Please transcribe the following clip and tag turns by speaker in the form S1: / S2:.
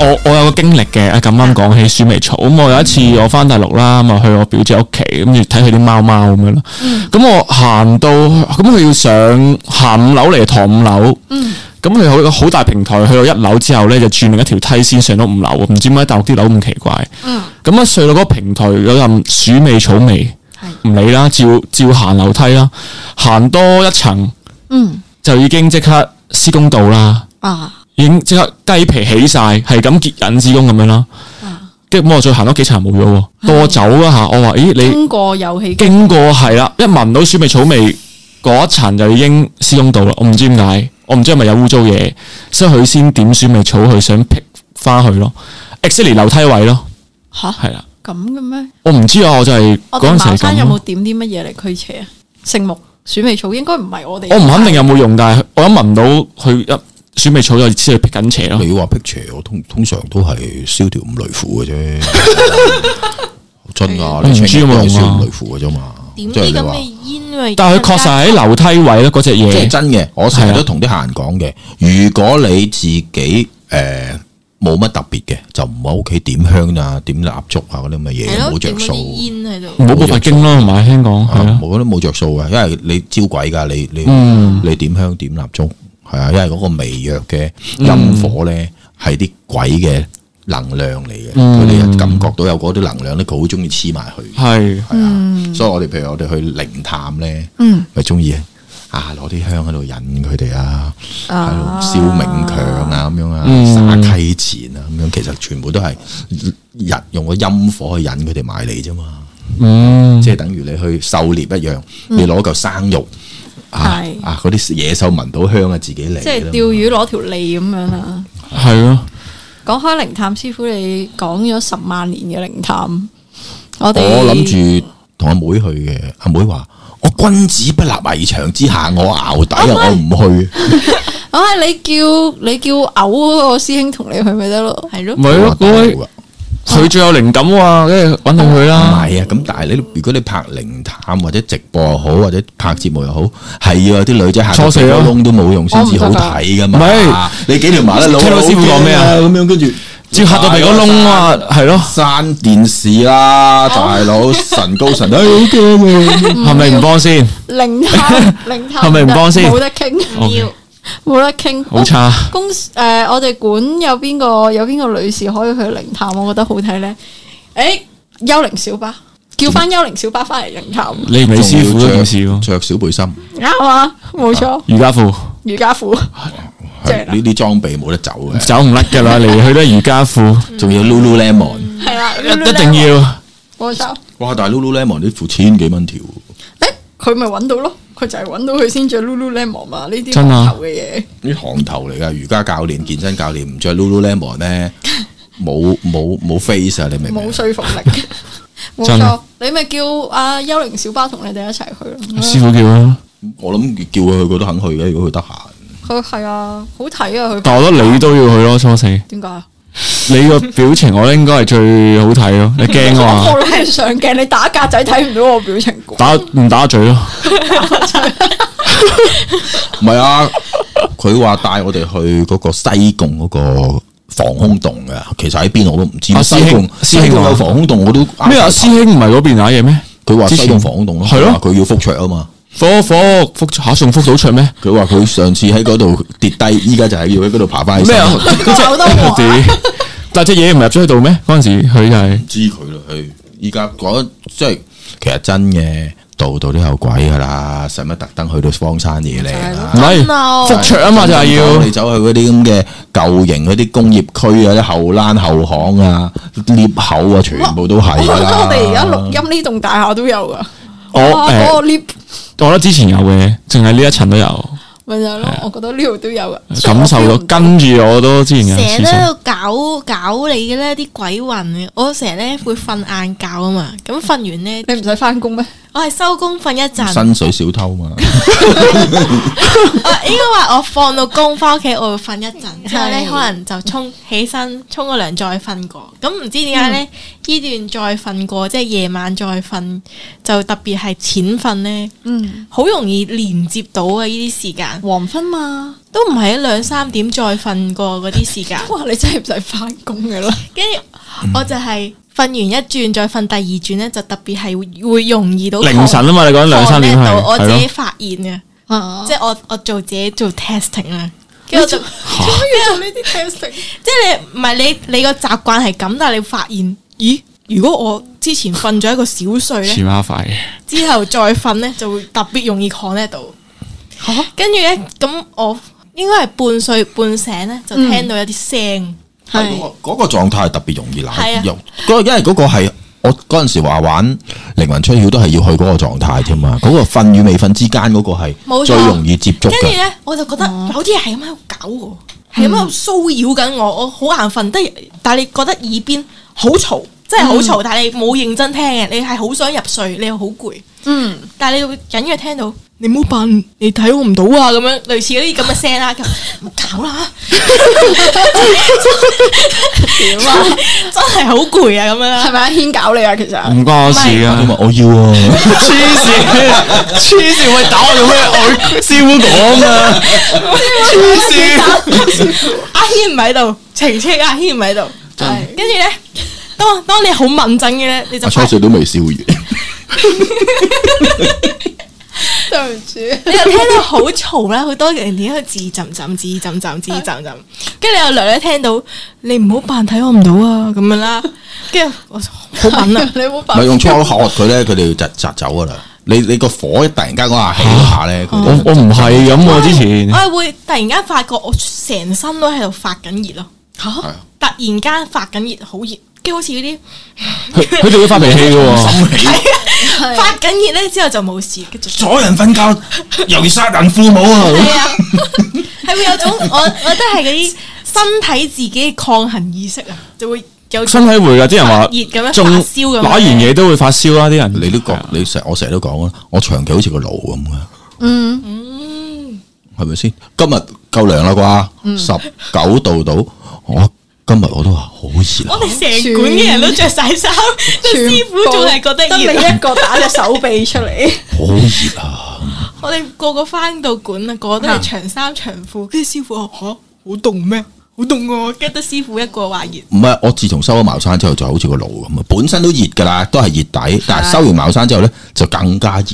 S1: 我我有個經歷嘅，啊咁啱講起鼠尾草，咁我有一次我翻大陸啦，咁啊去我表姐屋企，跟住睇佢啲貓貓咁樣啦。咁我行到，咁佢要上下五樓嚟堂五樓。咁佢好好大平台，去到一樓之後咧，就轉另一條梯先上到五樓。唔知點解大陸啲樓咁奇怪。咁一上到嗰個平台有陣鼠尾草味，唔理啦，照照行樓梯啦，行多一層
S2: 嗯
S1: 就已經即刻施工道啦。
S2: 啊，
S1: 已經即刻雞皮起晒，係咁結引子宮咁樣啦。跟住咁我再行多幾層冇咗喎，到我走嗰下，我話：咦，你
S3: 經過遊戲機，
S1: 經過係啦，一聞到鼠尾草味嗰一層就已經施工到啦。我唔知點解，我唔知係咪有污糟嘢，所以佢先點鼠尾草，佢想辟翻去咯。exactly 樓梯位咯，
S3: 吓
S1: 係啦，
S3: 咁嘅咩？
S1: 我唔知啊，我就係
S3: 我
S1: 嗰
S3: 哋
S1: 陣時
S3: 茅
S1: 係
S3: 山有
S1: 咁
S3: 冇
S1: 咯。
S3: 點啲乜嘢嚟驅邪啊？聖木、鼠尾草應該唔係我哋。
S1: 我唔肯定有冇用，但係我一聞到佢一鼠尾草就知佢辟緊邪咯。
S4: 你啊話辟邪，我通通常都係燒條五雷符嘅 啫，真噶，
S1: 唔
S4: 你
S1: 知有冇用啊
S4: 清明都係燒五雷符嘅啫嘛，
S2: 點
S4: 即係
S2: 啲
S4: 你
S2: 咁
S4: 話
S2: 嘅煙味？
S1: 但係佢確實係喺樓梯位咯，嗰隻
S4: 即係
S1: 嘢。
S4: 真嘅，我成日都同啲客人講嘅，如果你自己诶冇乜特別嘅，就唔好喺屋企點香啊、點蠟燭啊嗰啲咁嘅
S2: 係
S4: 嘢，
S2: 咯，
S4: 冇着
S2: 點嗰
S4: 數
S2: 啲。煙喺度。
S1: 唔好部佛經咯，同埋聽講係
S4: 啊
S1: 啊。
S4: 冇都冇着數嘅，因為你招鬼㗎，你你、你點香點蠟燭係啊，因為嗰個微弱嘅陰火咧係啲鬼嘅能量嚟嘅，佢哋、感覺到有嗰啲能量咧，佢好中意黐埋去，
S1: 係
S4: 係啊，所以我哋譬如我哋去靈探咧，咪中意啊攞啲香喺度引佢哋啊，喺度燒冥強啊咁樣啊，撒溪錢啊咁樣，其實全部都係人用個陰火去引佢哋埋嚟啫嘛。
S1: 嗯，
S4: 即係等於你去狩獵一樣，你攞嚿生肉啊
S3: 嗯係
S4: 啊嗰啲野獸聞到香啊，自己嚟
S3: 即係
S4: 㗎啦
S3: 釣魚攞條脷咁樣啦。
S1: 係咯，
S3: 講開靈探師傅，你講咗十萬年嘅靈探，我哋
S4: 我諗住同阿妹去嘅，阿妹話：我君子不立危牆之下，我淆底啊，我唔去。
S3: 啊，你叫你叫嘔嗰個師兄同你去咪得咯？係咯
S1: 咪咯，
S4: 我
S1: 嗰
S4: 話
S1: 位佢最有靈感喎，跟住揾到佢
S4: 唔
S1: 啦。
S4: 係啊，咁但係你如果你拍靈探或者直播又好，或者拍節目又好，係要有啲女仔行
S1: 初四咯
S4: 個窿都冇用先至好睇噶嘛
S1: 唔係。
S4: 你幾條馬甩佬
S1: 聽到師傅講咩啊
S4: 好驚咁樣跟住
S1: 照嚇到鼻哥
S4: Ờ,
S1: 窿啊，係咯，
S4: 閂電視啦，大佬神高神低，哎好驚 啊！
S1: 係咪唔幫先？
S3: 靈 探，靈探
S1: 係咪唔幫先
S3: 冇得傾，
S2: 唔要
S3: 冇得傾。
S1: 好差
S3: 哦公诶，我哋館有邊個有邊個女士可以去靈探？我覺得好睇咧。诶，幽靈小巴叫翻幽靈小巴翻嚟靈探，
S1: 你唔理師傅嗰件事
S4: 仲要
S1: 喎，
S4: 着着小背心，
S3: 啱啊，冇錯，
S1: 瑜伽褲
S3: 瑜伽褲正
S4: 係
S3: 啊
S4: 呢啲裝備冇得走嘅，
S1: 走唔甩㗎啦，嚟去都係瑜伽褲，
S4: 仲要 Lululemon。
S3: 係 啦，
S1: 一一定要。
S3: 冇錯。
S4: 哇！但係 Lululemon 啲褲千幾蚊條，
S3: 诶，佢咪揾到咯？佢就係揾到佢先着 Lululemon 嘛，呢啲
S1: 真啊
S3: 頭嘅嘢。
S4: 啲行頭嚟㗎。瑜伽教練、健身教練唔着 Lululemon 咧，冇冇冇 face 啊！你明唔明
S3: 冇
S4: 啊？
S3: 說服 力。冇
S1: 真
S3: 錯
S1: 啊，
S3: 你咪叫阿幽靈小巴同你哋一齊去咯。
S1: 師傅叫啦，
S4: 我諗叫佢去，佢都肯去嘅。如果佢得閒，
S3: 佢係啊，好睇啊佢。
S1: 但我覺得你都要去咯，初四。
S3: 點解？啊
S1: 你個表情我覺得應該係最好睇咯，你 驚啊嘛？
S3: 我攞住上鏡，你打格仔睇唔到我表情㗎。
S1: 打唔打嘴咯？
S4: 唔係啊！佢話帶我哋去嗰個西貢嗰個防空洞嘅，其實喺邊我都唔知。
S1: 啊
S4: 西
S1: 師兄
S4: 貢西
S1: 師兄
S4: 貢
S1: 啊
S4: 有防空洞，我都
S1: 咩啊？師兄唔係嗰邊打嘢咩？
S4: 佢話
S1: 之
S4: 西
S1: 前
S4: 貢防空洞咯，
S1: 係
S4: 佢話
S1: 咯，
S4: 佢要覆桌啊嘛。
S1: 火火福嚇仲福到出咩？
S4: 佢話佢上次喺嗰度跌低，依家就係要喺嗰度爬翻起
S1: 咩
S4: 身。
S1: 啊？
S3: 鬧得我啊
S1: 嗰隻但隻嘢唔入咗去度咩？嗰陣時佢就係
S4: 知佢啦，佢依家講即係其實真嘅，度度都有鬼噶啦，使乜特登去到荒山野嶺啊？
S1: 唔
S2: Oh,
S1: 係復卓啊嘛，就係要
S4: 你走去嗰啲咁嘅舊型嗰啲工業區啊、啲後欄後巷啊、裂口啊，全部都
S3: 我
S4: 係
S3: 覺得
S4: 㗎啦。
S3: 我哋而家錄音呢棟大廈都有噶。
S1: 我
S2: 哦
S3: 哇嗰個
S1: 誒，
S3: lift
S1: 我覺得之前有嘅，淨係呢一層都有
S3: 咪就係咯，我覺得呢度都有噶。
S1: 感受到，跟住我都之前有
S2: 哦成
S1: 次
S2: 日都喺
S1: 想
S2: 度搞搞你嘅咧，啲鬼魂嘅。我成日咧會瞓晏覺啊嘛，咁瞓完咧，
S3: 你唔使翻工咩？
S2: 我係收工瞓一陣，
S4: 薪水小偷嘛，
S2: 啊，應該話我放到工翻屋企，我會瞓一陣，之後咧
S3: 係
S2: 可能就沖起身，沖個涼再瞓過。咁唔知點解咧？呢段再瞓過，即係夜晚再瞓，就特別係淺瞓咧，
S3: 嗯，
S2: 好容易連接到啊！呢啲時間
S3: 黃昏嘛，
S2: 都唔係兩三點再瞓過嗰啲時間，
S3: 哇！你真係唔使翻工嘅啦，
S2: 跟住
S1: 嗯
S2: 我就係瞓完一轉再瞓第二轉咧，就特別係會會容易到
S1: 凌晨啊嘛，你講兩三點
S2: 到
S1: 係，
S2: 哦
S1: 係
S2: 我自己
S1: 咯，哦
S2: 發現嘅。
S3: 啊
S2: 即係我我做自己做 testing 啦，跟 住我就
S3: 要做呢啲 testing，
S2: 即係你唔係你你個習慣係咁，但係你發現，咦？如果我之前瞓咗一個小睡咧，
S1: 黐孖塊，
S2: 之後再瞓咧就會特別容易 connect 到。跟住咧，咁我應該係半睡半醒咧，就
S1: 嗯
S2: 聽到有啲聲，
S4: 係嗰
S3: 係
S4: 個嗰個狀態係特別容易
S2: 係啊
S4: 難入，嗰因為嗰個係我嗰陣時話玩靈魂出竅都係要去嗰個狀態啫嘛，嗰個瞓與未瞓之間嗰個
S2: 冇錯
S4: 係最容易接觸
S2: 跟住
S4: 嘅，
S2: 咧我就覺得有啲嘢係咁喺度搞我，係咁喺度騷擾緊我，我好眼瞓，得但係你覺得耳邊好嘈，真係好嘈，但係你冇認真聽嘅，你係好想入睡，你又好攰。
S3: 嗯，
S2: 但係你會隱約聽到你唔好扮你睇我唔到啊咁樣，類似嗰啲咁嘅聲啊啦，咁唔好搞 啦，
S3: 點啊？
S2: 真係好攰啊咁樣啦
S3: 係。咪阿軒搞你啊？其實
S1: 唔關我事
S4: 咁
S1: 啊
S4: 啊！我要啊，
S1: 黐線，黐線，喂，打我做咩？我師傅講啊，黐線，
S2: 阿軒唔喺度，澄清阿軒唔喺度，
S3: 係
S2: 跟住咧，當當你好敏陣嘅咧，你 就
S4: 我初
S2: 發
S4: 歲都未笑 完，
S3: 對唔住。
S2: 你就聽到好嘈啦，好多人點喺度自浸浸自浸浸自浸浸，跟住你又略略聽到你唔好扮睇我唔到啊咁樣啦，跟住我好敏啊，
S3: 你冇
S4: 唔
S3: 辦
S4: 係
S3: 法，
S4: 用粗口喝佢咧，佢哋就窒走噶啦。你你個火一突然間嗰下起嗰下咧，佢
S2: 哦
S4: 哋
S1: 我我唔係咁喎，啊之前
S2: 我係會突然間發覺我成身都喺度發緊熱咯。
S4: 係啊
S2: 突然間發緊熱，好熱，跟住好似嗰啲
S1: 佢佢哋會發脾氣嘅喎，
S4: 心起，
S2: 發緊熱咧之後就冇事，跟住
S4: 阻人瞓覺， 尤其殺人父母啊！
S2: 係啊， 係會有種我我覺得係嗰啲身體自己嘅抗衡意識啊，就會有
S1: 身體會㗎，啲人話
S2: 熱咁樣
S1: 中
S2: 發燒咁樣
S1: 攞完嘢都會發燒啦，啲人
S4: 你都講，你成我成日都講啊，我長期好似個爐咁啊，
S3: 嗯，
S4: 係咪先？今日夠涼啦啩，十九度到，我今日我都話好熱啊啦
S2: 我。哋成館嘅人都着晒衫，個師傅仲係覺
S3: 得
S2: 得熱
S3: 你
S2: 啊。
S3: 一個打隻手臂出嚟，
S4: 好熱啊！
S2: 我哋個個翻到館啊，個個都係長衫長褲，跟住師傅話嚇好凍咩？好凍啊！跟住得師傅一個話熱，
S4: 唔係，我自從收咗茅山之後就好似個爐咁啊，本身都熱噶啦，都係熱底，但係收完茅山之後咧就更加熱。